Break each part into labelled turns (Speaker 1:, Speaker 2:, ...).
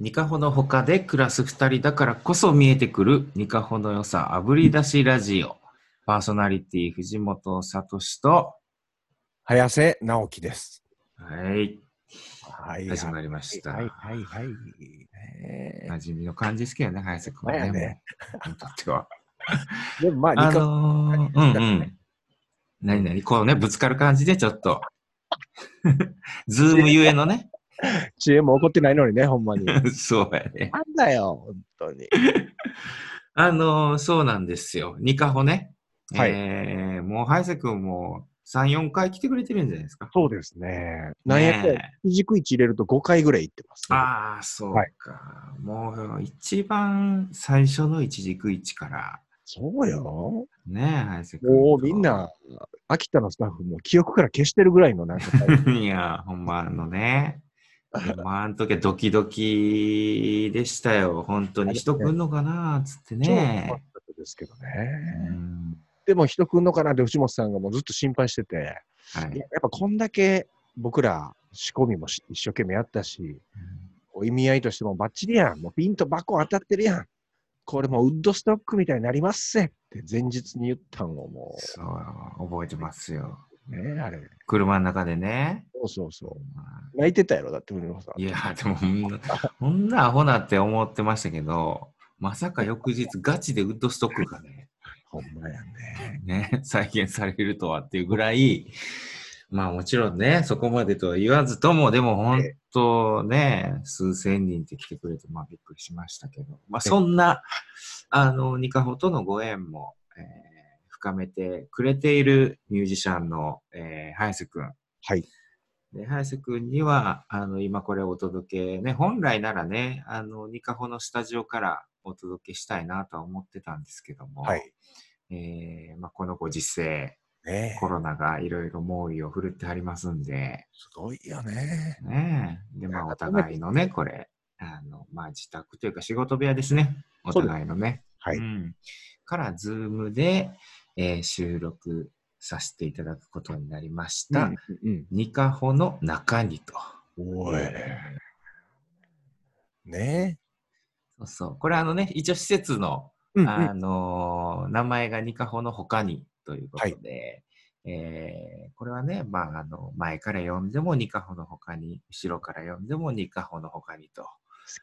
Speaker 1: ニカホの他で暮らす二人だからこそ見えてくるニカホの良さあぶり出しラジオ。パーソナリティ藤本聡と、
Speaker 2: 早瀬直樹です。
Speaker 1: はい、
Speaker 2: はい
Speaker 1: 始まりました。
Speaker 2: はいはいはい。え
Speaker 1: 馴染みの感じですけどね、早瀬
Speaker 2: ま
Speaker 1: 君は
Speaker 2: あ
Speaker 1: ね。
Speaker 2: やね
Speaker 1: もうにとっては。
Speaker 2: で もまあ、
Speaker 1: あ
Speaker 2: 二回
Speaker 1: のー、うんうん。何々、こうね、ぶつかる感じでちょっと。 ズームゆえ のね。
Speaker 2: CM も起こってないのにね、ほんまに。なん
Speaker 1: そうやね。
Speaker 2: だよ、本当に。
Speaker 1: あのーそうなんですよ。ニカホね。
Speaker 2: はい
Speaker 1: えーもう、早瀬君も3、4回来てくれてるんじゃないですか。
Speaker 2: そうですね。なんやかんや、
Speaker 1: ねえ
Speaker 2: ひじく位置入れると5回ぐらい行ってます、
Speaker 1: ああ、そうか。
Speaker 2: はい
Speaker 1: もう、一番最初の一軸一から、
Speaker 2: そうよ。
Speaker 1: ねえ、早瀬君と。
Speaker 2: もうみんな、秋田のスタッフも記憶から消してるぐらいのなんか、
Speaker 1: いや、ほんまあのね。でもあの時はドキドキでしたよ。本当に人来んのかなっつって
Speaker 2: 超怖かっ
Speaker 1: ね。
Speaker 2: たですけど
Speaker 1: う
Speaker 2: ね。
Speaker 1: ん
Speaker 2: でも人来んのかなって、藤本さんがもうずっと心配してて。
Speaker 1: はい
Speaker 2: ややっぱこんだけ僕ら仕込みもし一生懸命やったし、お意味合いとしてもバッチリやん。もうピンと箱当たってるやん。これもうウッドストックみたいになりますせんって前日に言ったんをも
Speaker 1: そう、覚えてますよ。
Speaker 2: う、ね、あれ。
Speaker 1: 車の中でね。
Speaker 2: そうそうそ
Speaker 1: まあ
Speaker 2: う。泣いてたやろ、だって、森本さん。
Speaker 1: いや、でもほんな、こんなアホなって思ってましたけど、まさか翌日ガチでウッドストックがね、
Speaker 2: ほんまやね。
Speaker 1: ね、再現されるとはっていうぐらい、まあもちろんね、そこまでとは言わずとも、でも本当ね、数千人って来てくれて、まあびっくりしましたけど、まあそんな、あの、ニカホとのご縁も、えー深めてくれているミュージシャンの、えー、早瀬くん。
Speaker 2: はい。
Speaker 1: で早瀬くんにはあの今これをお届け、ね、本来ならねあのニカホのスタジオからお届けしたいなとは思ってたんですけども、
Speaker 2: はい。
Speaker 1: えーまあ、このご時世
Speaker 2: ね
Speaker 1: コロナがいろいろ猛威を振るってはりますんで,、
Speaker 2: すごいよね。
Speaker 1: ねえ、でまあ、お互いのねこれあの、まあ、自宅というか仕事部屋ですねお互いのね
Speaker 2: はい。
Speaker 1: うん、から、ズームで、えー収録させていただくことになりました。
Speaker 2: うんうん
Speaker 1: ニカホの中にと。
Speaker 2: おい。ね
Speaker 1: そうそう。これあのね、一応施設の、
Speaker 2: うんうん
Speaker 1: あのー名前がニカホの他にということで、えーこれはね、まあ、あの、前から呼んでもニカホの他に、後ろから呼んでもニカホの他にと。
Speaker 2: 好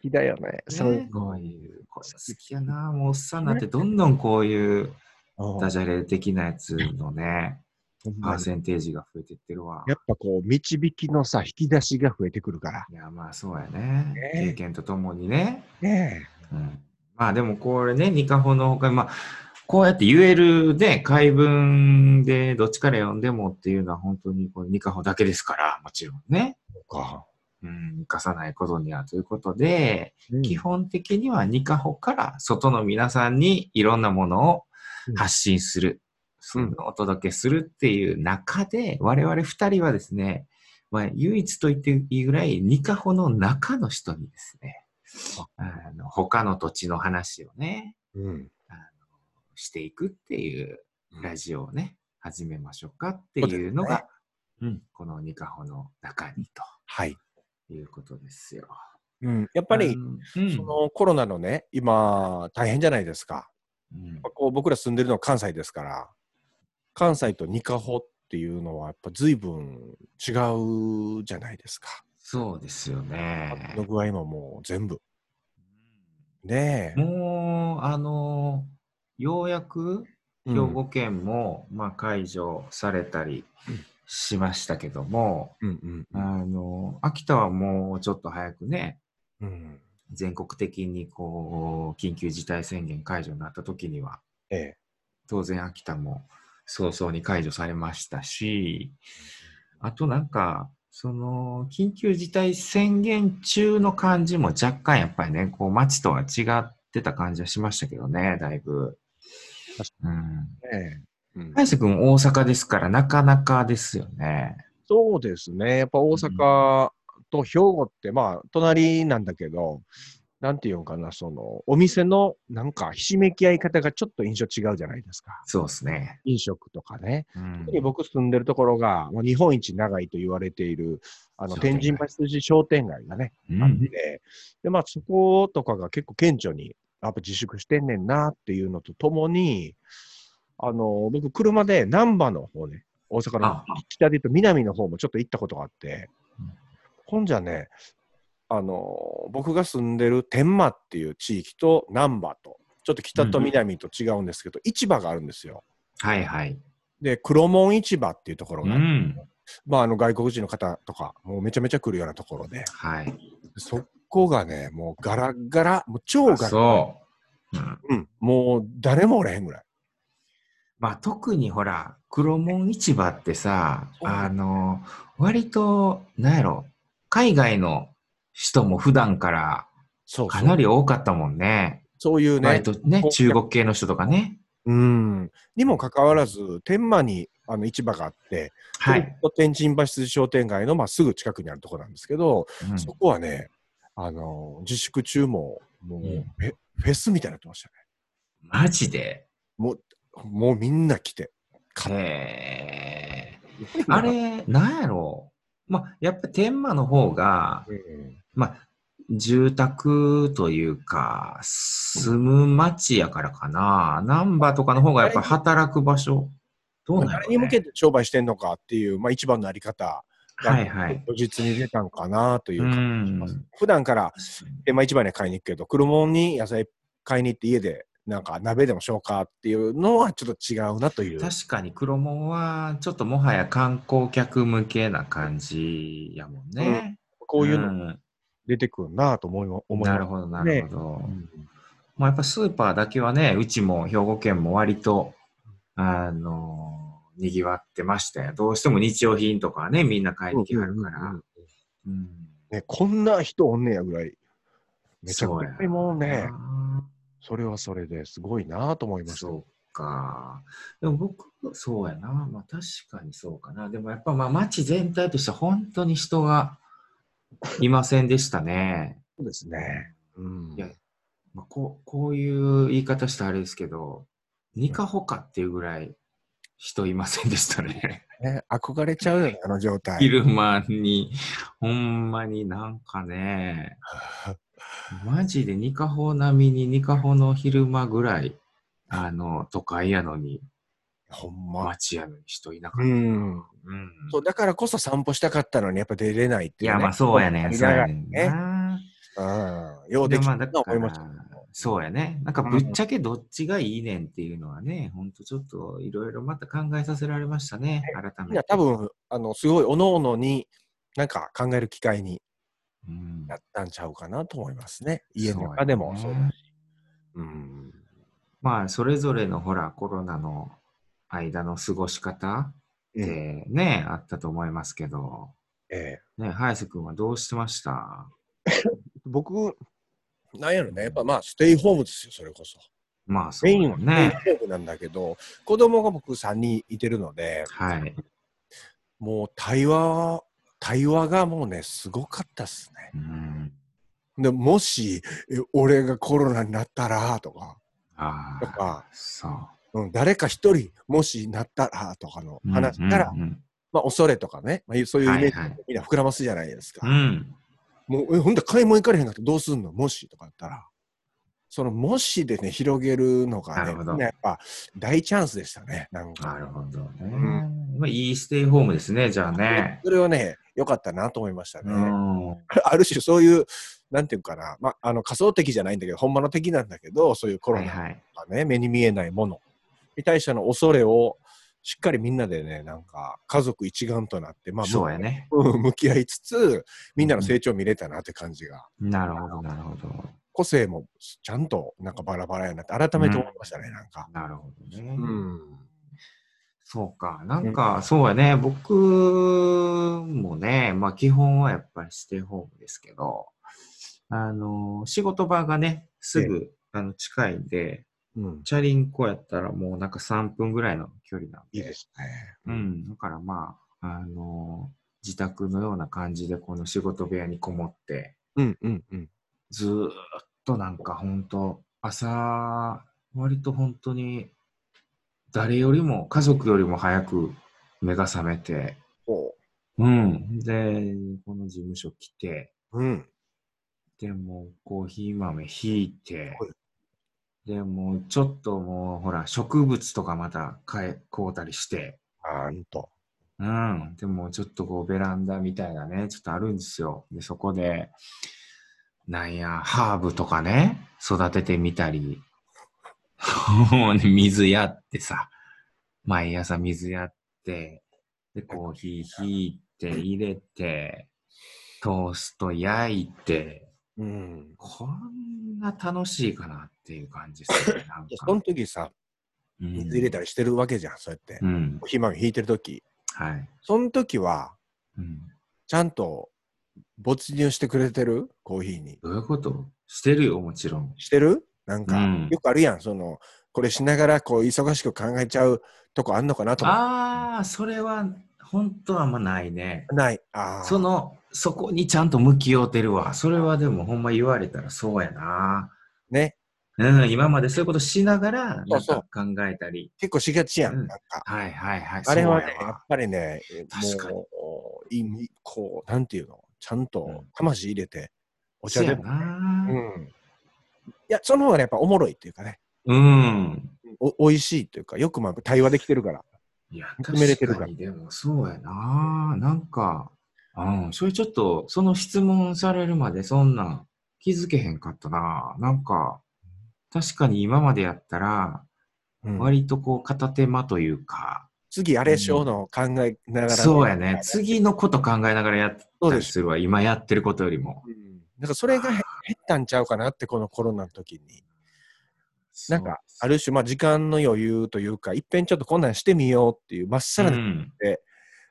Speaker 2: きだよね。
Speaker 1: ねこういう、これ好きやなもうおっさんになってどんどんこういう
Speaker 2: うん
Speaker 1: ダジャレ的なやつのね、
Speaker 2: ほん
Speaker 1: パ
Speaker 2: ま
Speaker 1: ー
Speaker 2: に
Speaker 1: センテージが増えてってるわ。
Speaker 2: やっぱこう、導きのさ、引き出しが増えてくるから。
Speaker 1: いや、まあそうやね。
Speaker 2: ね
Speaker 1: 経験とともにね。
Speaker 2: ね
Speaker 1: うんまあでもこれね、ニカホのほかに、まあ、こうやって言えるね、解文でどっちから読んでもっていうのは本当にこれニカホだけですから、もちろんね。
Speaker 2: え。か。
Speaker 1: うん、生かさないことにはということで、
Speaker 2: うん
Speaker 1: 基本的にはニカホから外の皆さんにいろんなものを発信する、そういうのをお届けするっていう中で、我々二人はですね、まあ、唯一と言っていいぐらい、ニカホの中の人にですね、あの他の土地の話をね、
Speaker 2: うん。
Speaker 1: していくっていうラジオをね、始めましょうかっていうのが、うん、このニカホの中に
Speaker 2: はい。
Speaker 1: ということですよ。やっ
Speaker 2: うん、やっぱり、
Speaker 1: そ
Speaker 2: そのコロナのね、今、大変じゃないですか。やっ
Speaker 1: うん
Speaker 2: ぱこう僕ら住んでるのは関西ですから、関西とニカホっていうのは、やっぱ随分違うじゃないですか。
Speaker 1: そうですよね。
Speaker 2: の具合ももう全部。ねえ。
Speaker 1: もう、あの、ようやく兵庫県も、まあ、解除されたりしましたけども、
Speaker 2: うんうんう
Speaker 1: あ
Speaker 2: ん
Speaker 1: の、秋田はもうちょっと早くね、
Speaker 2: うん。
Speaker 1: 全国的にこう緊急事態宣言解除になった時には
Speaker 2: ええ。
Speaker 1: 当然秋田も早々に解除されましたしあとなんかその緊急事態宣言中の感じも若干やっぱりねこう街とは違ってた感じはしましたけどねだいぶ。うん、
Speaker 2: ねえうん
Speaker 1: 大志君大阪ですからなかなかですよね。
Speaker 2: そうですね。やっぱ大阪と兵庫って、まあ、隣なんだけど、なんていうんかな、その、お店のなんか、ひしめき合い方がちょっと印象違うじゃないですか。
Speaker 1: そうですね。
Speaker 2: 飲食とかね。
Speaker 1: うん
Speaker 2: 特に僕住んでるところが、もう日本一長いと言われている、あの、
Speaker 1: 商店
Speaker 2: 天神
Speaker 1: 街
Speaker 2: 橋筋商店街がね、
Speaker 1: うん
Speaker 2: あって、で、まあそことかが結構顕著に、やっぱ自粛してんねんなっていうのとともに、あの、僕車で難波の方ね、大阪の
Speaker 1: あ
Speaker 2: 北で言うと南の方もちょっと行ったことがあって
Speaker 1: うん、
Speaker 2: ほんじゃね、あの、僕が住んでる天満っていう地域と難波と、ちょっと北と南と違うんですけど、市場があるんですよ。
Speaker 1: はいはい。
Speaker 2: で、黒門市場っていうところ
Speaker 1: う
Speaker 2: が、
Speaker 1: ん。
Speaker 2: まあ、あの外国人の方とか、もうめちゃめちゃ来るようなところで、
Speaker 1: はい。
Speaker 2: そこがね、もうガラッガラ、もう超ガラッガラ
Speaker 1: そう。うん
Speaker 2: うん、もう誰もおれへんぐらい。
Speaker 1: まあ特にほら、黒門市場ってさ、
Speaker 2: そう
Speaker 1: あの、割と、なんやろ、海外の人も普段から
Speaker 2: そう
Speaker 1: かなり多かったもんね。
Speaker 2: そういうね
Speaker 1: 割、とね
Speaker 2: こう、
Speaker 1: 中国系の人とかね。
Speaker 2: うん、にもかかわらず、天満にあの市場があって、
Speaker 1: はい。、
Speaker 2: 天神橋筋商店街の、まあ、すぐ近くにあるところなんですけど、
Speaker 1: うん
Speaker 2: そこはね、あの自粛中も、もう、
Speaker 1: うん
Speaker 2: フェフェスみたいになってましたね。
Speaker 1: マジで。
Speaker 2: もうみんな来て。
Speaker 1: へーあれ、なんやろ。まあやっぱ天満の方が、
Speaker 2: うん
Speaker 1: まあ、住宅というか、住む町やからかな。難波とかの方がやっぱ働く場所。どうなんや
Speaker 2: 誰
Speaker 1: ろ、ね、
Speaker 2: に向けて商売してんのかっていう、まあ、一番のあり方が、
Speaker 1: はいはい。
Speaker 2: 如実に出たんかなというう感じがします。
Speaker 1: ん
Speaker 2: 普段から天満市場には買いに行くけど、黒門に野菜買いに行って家でなんか鍋でもしようかっていうのはちょっと違うなという。
Speaker 1: 確かに黒門はちょっともはや観光客向けな感じやもんね。
Speaker 2: こういうの
Speaker 1: ん
Speaker 2: 出てくるなと思いま思います。
Speaker 1: なるほどなるほど。
Speaker 2: うん
Speaker 1: まあ、やっぱスーパーだけはね、うちも兵庫県も割と、あのー、にぎわってましたよ。どうしても日用品とかはね、みんな買いに来はるから。
Speaker 2: うんうんうん
Speaker 1: うん
Speaker 2: ね、こんな人おんねやぐらい。めちゃくちゃもうね、
Speaker 1: あ
Speaker 2: それはそれですごいなと思い
Speaker 1: ー
Speaker 2: ました。
Speaker 1: そうか。でも僕、そうやな。まあ確かにそうかな。でもやっぱまあ街全体として本当に人がいませんでしたね。
Speaker 2: そうですね。うん
Speaker 1: いやまあ、こうこういう言い方したらあれですけど、ニカホカっていうぐらい人いませんでしたね。
Speaker 2: ね憧れちゃうよね、あの状態。
Speaker 1: 昼間に、ほんまになんかね、マジでニカホ並みにニカホの昼間ぐらい、あの、都会やのに、
Speaker 2: ほんま。
Speaker 1: 町やのに人いなか
Speaker 2: う
Speaker 1: った。
Speaker 2: ん。
Speaker 1: うん
Speaker 2: そう、だからこそ散歩したかったのに、やっぱ出れないって
Speaker 1: い
Speaker 2: いう、ね。
Speaker 1: や、まあそうやねん、
Speaker 2: 見
Speaker 1: そう
Speaker 2: なが
Speaker 1: や
Speaker 2: ら
Speaker 1: ねん
Speaker 2: ね。
Speaker 1: な。
Speaker 2: うん。ようで
Speaker 1: で
Speaker 2: き
Speaker 1: ま
Speaker 2: たな
Speaker 1: あだか
Speaker 2: と思いました
Speaker 1: ら。、そうやね。なんかぶっちゃけどっちがいいねんっていうのはね、ほんとちょっといろいろまた考えさせられましたね、改
Speaker 2: みん
Speaker 1: め
Speaker 2: な
Speaker 1: て。
Speaker 2: 多分、あの、すごい、おのおのに、なんか考える機会に
Speaker 1: うん
Speaker 2: なったんちゃうかなと思いますね。家の中でも
Speaker 1: そ
Speaker 2: そうう
Speaker 1: やね
Speaker 2: だし。うん。
Speaker 1: まあそれぞれのほらコロナの間の過ごし方っ
Speaker 2: え
Speaker 1: てね、あったと思いますけど、
Speaker 2: え
Speaker 1: ね、早瀬くんはどうしてました
Speaker 2: 僕、なんやろね。やっぱまあ、ステイホームですよ、それこそ。
Speaker 1: まあそう
Speaker 2: メ
Speaker 1: だ
Speaker 2: イン
Speaker 1: よ
Speaker 2: はね
Speaker 1: ね。、
Speaker 2: ステイホームなんだけど、子供が僕3人いてるので、
Speaker 1: はい。
Speaker 2: もう対話、対話がもうね、すごかったっすね。
Speaker 1: うん。
Speaker 2: でもしえ俺がコロナになったらとか
Speaker 1: あ
Speaker 2: と
Speaker 1: あ、
Speaker 2: か、
Speaker 1: そう。
Speaker 2: うん、誰か一人もしなったらとかの話
Speaker 1: うん
Speaker 2: から、
Speaker 1: うんうん
Speaker 2: まあ、恐れとかね、まあ、そういうイメージ
Speaker 1: はいはい
Speaker 2: みんな膨らますじゃないですか。
Speaker 1: うん。
Speaker 2: もうえほんと買い物行かれへんかったらどうすんのもしとかだったら。そのもしでね、広げるのが
Speaker 1: な
Speaker 2: ね、
Speaker 1: るほ
Speaker 2: み
Speaker 1: ど
Speaker 2: んなやっぱ大チャンスでしたね。なんか。
Speaker 1: なるほどね。
Speaker 2: ん
Speaker 1: まあいいステイホームですね、じゃあね。
Speaker 2: それはね、良かったなと思いましたね。
Speaker 1: うん。
Speaker 2: ある種そういう、なんていうかな、まあ、あの仮想的じゃないんだけど、ほんまの敵なんだけど、そういうコロ
Speaker 1: は
Speaker 2: ナ
Speaker 1: い
Speaker 2: とか
Speaker 1: はい。
Speaker 2: とかね、目に見えないものに対しての恐れをしっかりみんなでね、なんか家族一丸となって、まあ、
Speaker 1: そうやね。
Speaker 2: うん 向き合いつつ、みんなの成長を見れたなって感じが、
Speaker 1: なるほど、なるほど。
Speaker 2: 個性もちゃんとなんかバラバラやなって、改めて思いましたね、なんか。
Speaker 1: なるほどね。
Speaker 2: うん。
Speaker 1: そうか、なんか、そうやね、僕もね、まあ基本はやっぱりステイホームですけど、あの、仕事場がね、すぐ、あの、近いんで、
Speaker 2: うん。
Speaker 1: チャリンコやったらもうなんか3分ぐらいの距離なん
Speaker 2: いい
Speaker 1: で
Speaker 2: で、すね。
Speaker 1: うん、だからまあ、あの、自宅のような感じでこの仕事部屋にこもって、
Speaker 2: うんうんうん。
Speaker 1: ずーっとなんか本当朝、割と本当に、誰よりも、家族よりも早く目が覚めて、
Speaker 2: お
Speaker 1: うん。で、この事務所来て、
Speaker 2: うん。
Speaker 1: でもうコーヒー豆ひいて、
Speaker 2: はい
Speaker 1: でもうちょっともうほら植物とかまた買え買うたりして、
Speaker 2: あーんと。
Speaker 1: うん、でもちょっとこうベランダみたいなねちょっとあるんですよでそこでなんやハーブとかね育ててみたり もうね水やってさ毎朝水やってでコーヒーひいて入れてトースト焼いて
Speaker 2: うん。
Speaker 1: こんな楽しいかなっていう感じで すね。なん
Speaker 2: いや
Speaker 1: か
Speaker 2: その時さ、水入れ
Speaker 1: た。
Speaker 2: たりしてるわけじゃん、そうやって
Speaker 1: う。ん。
Speaker 2: ひま豆引いてる時。
Speaker 1: はい。
Speaker 2: その時は、
Speaker 1: うん、
Speaker 2: ちゃんと没入してくれてるコーヒーに。
Speaker 1: どういうことしてるよ、もちろん。
Speaker 2: してるなん
Speaker 1: う
Speaker 2: か、
Speaker 1: ん
Speaker 2: よ、くあるやん、その、これしながら、こう、忙しく考えちゃうとこあんのかなと思っ
Speaker 1: ああ、それは本当はあんまないね。
Speaker 2: て。ない。ああ。
Speaker 1: その、そこにちゃんと向き合うてるわ。それはでもほんま言われたらそうやな。
Speaker 2: ね。
Speaker 1: うん、今までそういうことしながら、
Speaker 2: そ
Speaker 1: な
Speaker 2: うんそう
Speaker 1: か考えたり。
Speaker 2: 結構しがちやん、
Speaker 1: うん
Speaker 2: なんか。
Speaker 1: はいはいはい。
Speaker 2: あれはね
Speaker 1: そうや
Speaker 2: やっ
Speaker 1: わ
Speaker 2: ぱりね、
Speaker 1: 確かに
Speaker 2: もう、いいこう、なんていうの、ちゃん
Speaker 1: う
Speaker 2: と
Speaker 1: ん
Speaker 2: 魂入れて、お茶
Speaker 1: そう
Speaker 2: で
Speaker 1: や
Speaker 2: も。
Speaker 1: な
Speaker 2: う。ん。いや、その方がね、やっぱおもろいっていうかね、
Speaker 1: うん。
Speaker 2: お美味しいっていうか、よくまあ対話できてるから。
Speaker 1: いや、
Speaker 2: 認めれてる
Speaker 1: 確
Speaker 2: から
Speaker 1: かに、でもそうやな。なんか、うん、それちょっと、その質問されるまでそんなん気づけへんかったな。なんか、確かに今までやったら、
Speaker 2: うん
Speaker 1: 割とこう片手間というか、
Speaker 2: 次、あれしようのを考えながら、
Speaker 1: そうやね。次のこと考えながらやっ
Speaker 2: そう
Speaker 1: た
Speaker 2: で
Speaker 1: り
Speaker 2: す。
Speaker 1: するわ。今やってることよりも。
Speaker 2: うんなんかそれがへ減ったんちゃうかなって、このコロナの時に。なんか、あ
Speaker 1: る
Speaker 2: る種、まあ、時間の余裕というか、いっぺんちょっとこんなんしてみようっていう、まっさらなて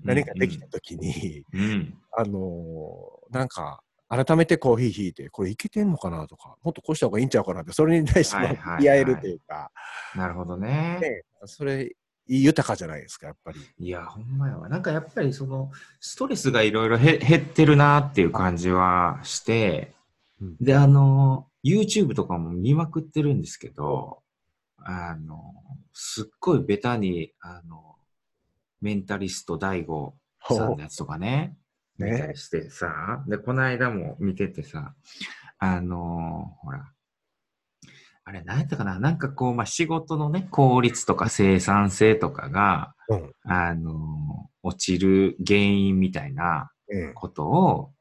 Speaker 2: 何かできた時に、
Speaker 1: うん。うん
Speaker 2: あのーなんか、改めてコーヒー引いて、これいけてんのかなとか、もっとこうした方がいいんちゃうかなって、それに対して
Speaker 1: はいはい
Speaker 2: 向
Speaker 1: はい
Speaker 2: き合えるというか、
Speaker 1: なるほどね。
Speaker 2: ねそれ、豊かじゃないですか、やっぱり。
Speaker 1: いや、ほんまやわ。なんかやっぱりその、ストレスがいろいろ減ってるなっていう感じはして、
Speaker 2: うん
Speaker 1: で、あの、YouTube とかも見まくってるんですけど、あの、すっごいベタに、あの、メンタリスト DAIGO さんのやつとかね、
Speaker 2: ね
Speaker 1: 見たりしてさ、で、この間も見ててさ、あのーほら、あれ、何やったかななんかこう、まあ、仕事のね、効率とか生産性とかが、
Speaker 2: うん
Speaker 1: あのー落ちる原因みたいな
Speaker 2: うん
Speaker 1: ことを、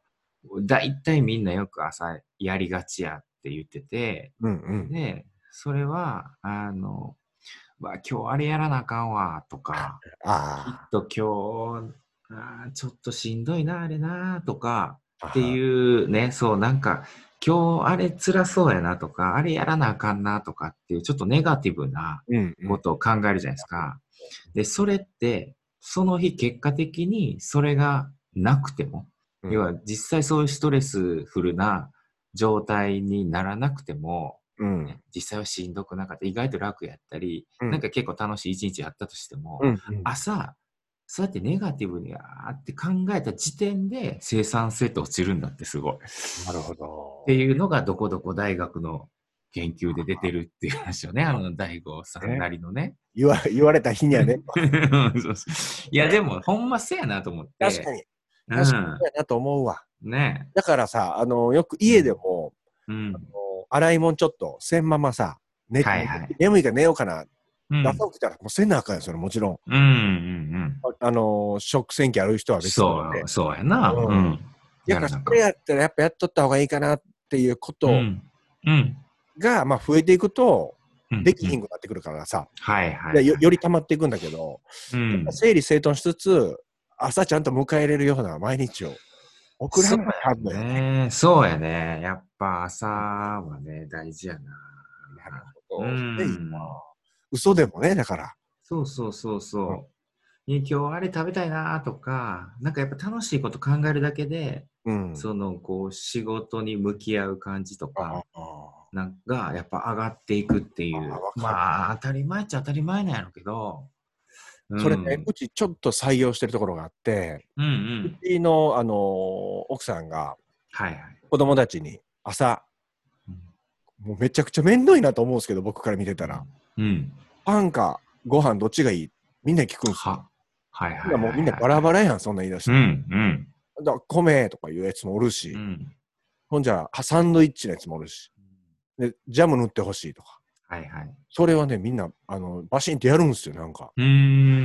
Speaker 1: 大体みんなよく朝やりがちやって言ってて、
Speaker 2: うんうん。
Speaker 1: で、それは、あの、わ今日あれやらなあかんわ、とか、き
Speaker 2: あ
Speaker 1: っと今日、あーちょっとしんどいな、あれな、とか、
Speaker 2: あ。
Speaker 1: って
Speaker 2: う。
Speaker 1: いうね、そう、なんか、今日あれ辛そうやなとか、あれやらなあかんなとかっていう、ちょっとネガティブな
Speaker 2: うん、
Speaker 1: こ
Speaker 2: う
Speaker 1: とを考えるじゃないですか。で、それって、その日結果的にそれがなくても、
Speaker 2: ん。
Speaker 1: 要は実際そういうストレスフルな状態にならなくても、
Speaker 2: うん。
Speaker 1: 実際はしんどくなかった、意外と楽やったり、
Speaker 2: うん
Speaker 1: なんか結構楽しい一日やったとしても、
Speaker 2: うん。
Speaker 1: 朝、そうやってネガティブにあーって考えた時点で生産性って落ちるんだってすごい。っ
Speaker 2: なるほど。
Speaker 1: ていうのがどこどこ大学の研究で出てるっていう話よね。あの、大悟さんなりのね。
Speaker 2: 言わ言われた日に はね、
Speaker 1: そうそう いや、でも、ほんまそうやなと思って。
Speaker 2: 確かに、確かにそうやなと思うわ。
Speaker 1: うん。ね
Speaker 2: だからさ、あの、よく家でも、
Speaker 1: え。うん。
Speaker 2: もう洗い物ちょっとせんままさ、寝て、
Speaker 1: はいはい
Speaker 2: 眠いから寝ようかな、
Speaker 1: うん。
Speaker 2: 朝起きたらもうせなあかんよ、それもちろん。
Speaker 1: うんうん
Speaker 2: あの、食洗機ある人は
Speaker 1: うん。
Speaker 2: 別
Speaker 1: そ
Speaker 2: として
Speaker 1: う、そうやな。
Speaker 2: う
Speaker 1: うんん。
Speaker 2: だからそれやったらやっぱやっとった方がいいかなっていうこと
Speaker 1: うん。うん。
Speaker 2: が、まあ増えていくと、
Speaker 1: うん
Speaker 2: できひん。くなってくるからさ、
Speaker 1: はいはいは
Speaker 2: で
Speaker 1: い。
Speaker 2: よより溜まっていくんだけど、
Speaker 1: うん。
Speaker 2: 整理整頓しつつ、朝ちゃんと迎えれるような毎日を送らないかんのよ。
Speaker 1: ねえ、そうやね。やっぱ朝はね、大事やな。
Speaker 2: なるほ
Speaker 1: う
Speaker 2: ど。
Speaker 1: ん
Speaker 2: で今嘘でもね、だから。
Speaker 1: そうそうそうそう。ね今日あれ食べたいなとか、なんかやっぱ楽しいこと考えるだけで、
Speaker 2: うん。
Speaker 1: そのこう仕事に向き合う感じと
Speaker 2: あ
Speaker 1: か、
Speaker 2: あ
Speaker 1: なんかやっぱ上がっていくっていう。
Speaker 2: あわかる
Speaker 1: まあ当たり前っちゃ当たり前なんやろうけど。うん
Speaker 2: それね、うちちょっと採用してるところがあって、
Speaker 1: うんう。
Speaker 2: うんちの、あのー奥さんが
Speaker 1: はいはい。
Speaker 2: 子供たちに朝、
Speaker 1: うん
Speaker 2: もうめちゃくちゃ面倒いなと思うんですけど、僕から見てたら。
Speaker 1: うん。
Speaker 2: パンかご飯どっちがいいみんな聞くんですよ。
Speaker 1: は。はいはい
Speaker 2: い
Speaker 1: はい、
Speaker 2: や
Speaker 1: はい。
Speaker 2: もうみんなバラバラやん、そんな言い出して。
Speaker 1: うんうん。
Speaker 2: だから米とかいうやつもおるし、
Speaker 1: うん。
Speaker 2: ほんじゃ、サンドイッチのやつもおるし、でジャム塗ってほしいとか。
Speaker 1: はいはい。
Speaker 2: それはね、みんな、あの、バシンってやるんですよ、なんか。
Speaker 1: うー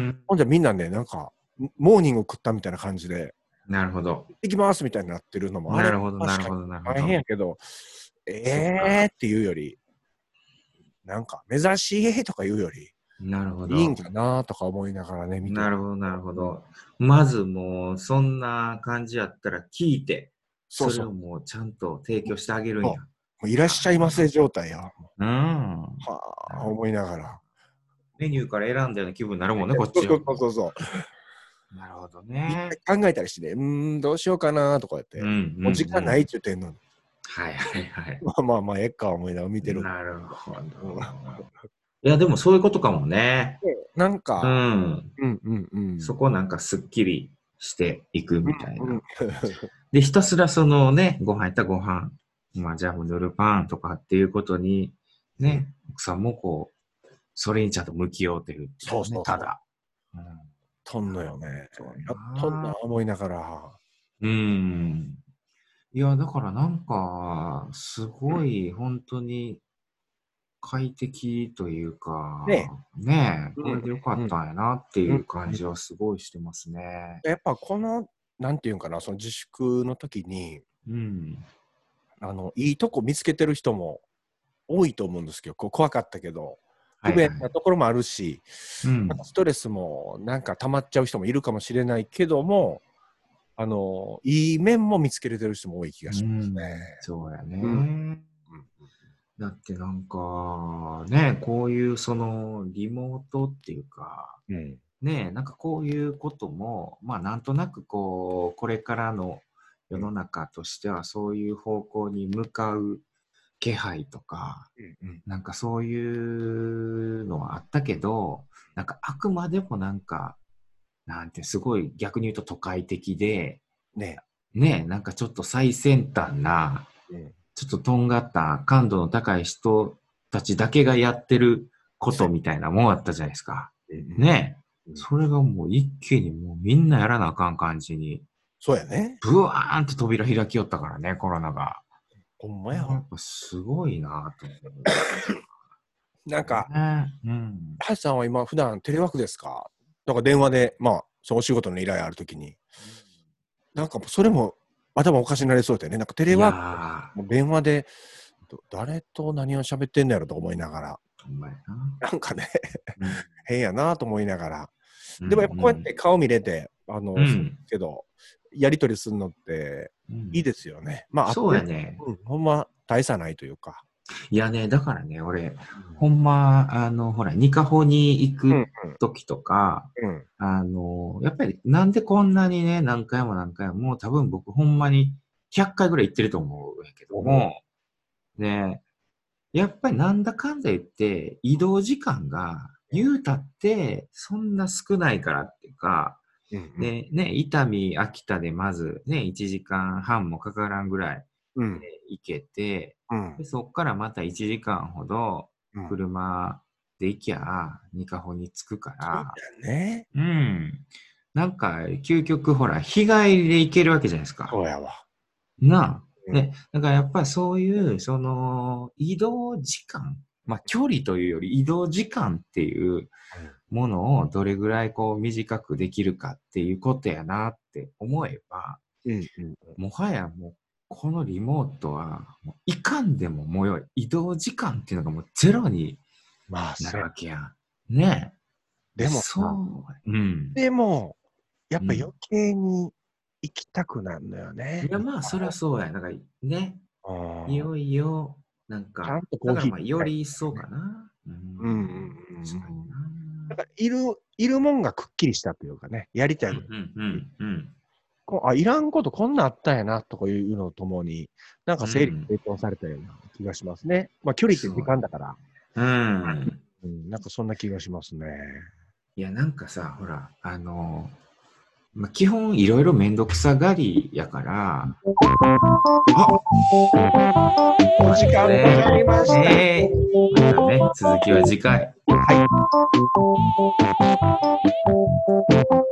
Speaker 1: ん。
Speaker 2: ほんじゃ、みんなね、なんか、モーニング食ったみたいな感じで、
Speaker 1: なるほど。
Speaker 2: 行ってきますみたいになってるのもあれ
Speaker 1: なるほど、なるほど、なるほ
Speaker 2: 大
Speaker 1: ど
Speaker 2: 変。やけど、えーっていうより、なんか、珍しいとか言うより、
Speaker 1: なるほど。
Speaker 2: いいんかなとか思いながらね、見て
Speaker 1: なるほど、なるほど。まずもう、そんな感じやったら聞いて、
Speaker 2: そ
Speaker 1: そう
Speaker 2: そう
Speaker 1: れをもうちゃんと提供してあげるんや
Speaker 2: そ。もういらっしゃいませ状態や、
Speaker 1: うん。
Speaker 2: はあ、思いながら。
Speaker 1: メニューから選んだような気分になるもんね、こっち
Speaker 2: そ
Speaker 1: は
Speaker 2: うそうそうそう。
Speaker 1: なるほど
Speaker 2: いっ
Speaker 1: ね。
Speaker 2: ぱい考えたりしてね、うーん、どうしようかなとかやって、
Speaker 1: うん
Speaker 2: もう時間ない
Speaker 1: い
Speaker 2: って言ってんのに、
Speaker 1: はいはいはい。
Speaker 2: まあまあまあ、えっか思いながら見てる。
Speaker 1: なるほど。いや、でもそういうことかもね。
Speaker 2: なん
Speaker 1: う
Speaker 2: か、
Speaker 1: ん。
Speaker 2: うんうんうん。
Speaker 1: そこなんかすっきりしていくみたい
Speaker 2: うんう。
Speaker 1: なんで、ひたすらそのね、ご飯やったらご飯、まあ、じゃあもう塗るパンとかっていうことに、ね、奥さんもこう、それにちゃんと向き合うてるっていね、
Speaker 2: そうそうそう
Speaker 1: ただ。
Speaker 2: とんのよね。
Speaker 1: や
Speaker 2: や
Speaker 1: な
Speaker 2: っとんな思いながら。
Speaker 1: うん。うんいや、だからなんか、すごい、本当に、快適というか、
Speaker 2: ね
Speaker 1: ねえ
Speaker 2: うん
Speaker 1: これでよかったんやなっていう感じはすごいしてますね。
Speaker 2: やっぱこの、なんていうんかな、その自粛の時に、
Speaker 1: うん。
Speaker 2: あの、いいとこ見つけてる人も多いと思うんですけど、こう怖かったけど、
Speaker 1: はい
Speaker 2: 不
Speaker 1: はい
Speaker 2: 便なところもあるし、
Speaker 1: うん
Speaker 2: なんかストレスもなんか溜まっちゃう人もいるかもしれないけども、あのいい面も見つけれてる人も多い気がしますね。
Speaker 1: そうやね。
Speaker 2: うん
Speaker 1: だってなんか、ね、こういうそのリモートっていうか、
Speaker 2: うん
Speaker 1: ね、なんかこういうことも、まあなんとなくこう、これからの世の中としてはそういう方向に向かう気配とか、
Speaker 2: うん
Speaker 1: なんかそういうのはあったけど、なんかあくまでもなんか、なんてすごい逆に言うと都会的で、
Speaker 2: ね、
Speaker 1: ね、なんかちょっと最先端な、
Speaker 2: うん
Speaker 1: ちょっととんがった感度の高い人たちだけがやってることみたいなもんあったじゃないですか。ね
Speaker 2: うん
Speaker 1: それがもう一気にもうみんなやらなあかん感じに、
Speaker 2: そうやね。
Speaker 1: ブワーンと扉開きよったからね、コロナが。
Speaker 2: ほんま
Speaker 1: や
Speaker 2: や。
Speaker 1: っぱすごいなと思う。
Speaker 2: なんか、
Speaker 1: ねうん。
Speaker 2: 橋さんは今、普段テレワークですかなんか電話で、まあ、そのお仕事の依頼あるときに、なんかそれも頭おかしになりそうだよね。なんかテレワー
Speaker 1: は
Speaker 2: ク、もう電話で、ど誰と何を喋ってんだろうと思いながら、
Speaker 1: ほんまや
Speaker 2: なんかね、
Speaker 1: な。
Speaker 2: 変やなと思いながら、
Speaker 1: うん
Speaker 2: でもやっぱこうやって、顔見れて、あの、
Speaker 1: うん
Speaker 2: そうですけど、やり取りするのっていい
Speaker 1: で
Speaker 2: ですよね。まあ、
Speaker 1: そうやね。
Speaker 2: あと。うん、ほんま大差ないというか。
Speaker 1: いやね、だからね、俺、ほんま、あの、ほら、ニカホに行
Speaker 2: うん、うん
Speaker 1: く、時とか、
Speaker 2: うん。
Speaker 1: あの、やっぱりなんでこんなにね、何回も何回も、もう多分僕ほんまに100回ぐらい行ってると思うんやけども、ね、やっぱりなんだかんだ言って移動時間が言うたってそんな少ないからっていうか、
Speaker 2: うんうん
Speaker 1: で、ね、伊丹、秋田でまずね、1時間半もかからんぐらい
Speaker 2: うん
Speaker 1: で。行けて、
Speaker 2: うん
Speaker 1: でそっからまた1時間ほど
Speaker 2: うん
Speaker 1: 車で行きゃ、ニカホに着くから、
Speaker 2: ね。
Speaker 1: うん。なんか、究極、ほら、日帰りで行けるわけじゃないですか。
Speaker 2: そうやわ。
Speaker 1: な
Speaker 2: う
Speaker 1: あ。
Speaker 2: ん
Speaker 1: ね、だからやっぱそういう、その、移動時間、まあ、距離というより移動時間っていうものをどれぐらいこう短くできるかっていうことやなって思えば、
Speaker 2: うんうん。
Speaker 1: もはやもう、このリモートは、もういかんでももうよい移動時間っていうのがもうゼロに
Speaker 2: まあ、
Speaker 1: な
Speaker 2: そ
Speaker 1: るわ
Speaker 2: う。
Speaker 1: けやん。ね
Speaker 2: でも、
Speaker 1: そう。うん。
Speaker 2: でも、やっぱ
Speaker 1: うん
Speaker 2: 余計に行きたくなるのよね。
Speaker 1: いやまあそりゃそうや。なんかね、
Speaker 2: うん
Speaker 1: いよいよ、なんか、
Speaker 2: ちゃんとコ
Speaker 1: だ
Speaker 2: ーヒー
Speaker 1: からまあより一層かな。う
Speaker 2: うんうんうん
Speaker 1: 確かにな。
Speaker 2: なんかいる、いるもんがくっきりしたというかね、やりたいこと
Speaker 1: うんうんうん。
Speaker 2: こうあいらんことこんなんあったんやなとかいうのともに、なんか整理整頓されたような気がしますね。まあ、距離って時間だから、
Speaker 1: うん。
Speaker 2: うん、なんかそんな気がしますね。
Speaker 1: いや、なんかさ、ほら、あの、まあ、基本いろいろめんどくさがりやから、
Speaker 2: お時間
Speaker 1: ね
Speaker 2: かかりました。
Speaker 1: ねまたね、続きは次回。
Speaker 2: はい。